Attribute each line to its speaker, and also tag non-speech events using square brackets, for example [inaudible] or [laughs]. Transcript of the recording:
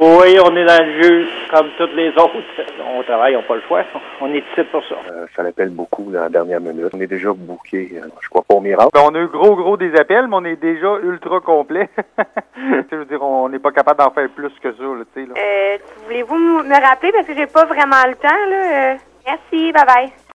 Speaker 1: Oui, on est dans le jeu comme toutes les autres. [laughs] On travaille, on n'a pas le choix. On est ici pour ça.
Speaker 2: Euh, ça l'appelle beaucoup dans la dernière minute. On est déjà bouqué, je crois pas au miracle.
Speaker 3: Ben, on a eu gros, gros des appels, mais on est déjà ultra complet. [laughs] je veux dire, on n'est pas capable d'en faire plus que ça, là, tu sais, là.
Speaker 4: Euh, Voulez-vous me me rappeler parce que j'ai pas vraiment le temps, là? euh? Merci, bye bye.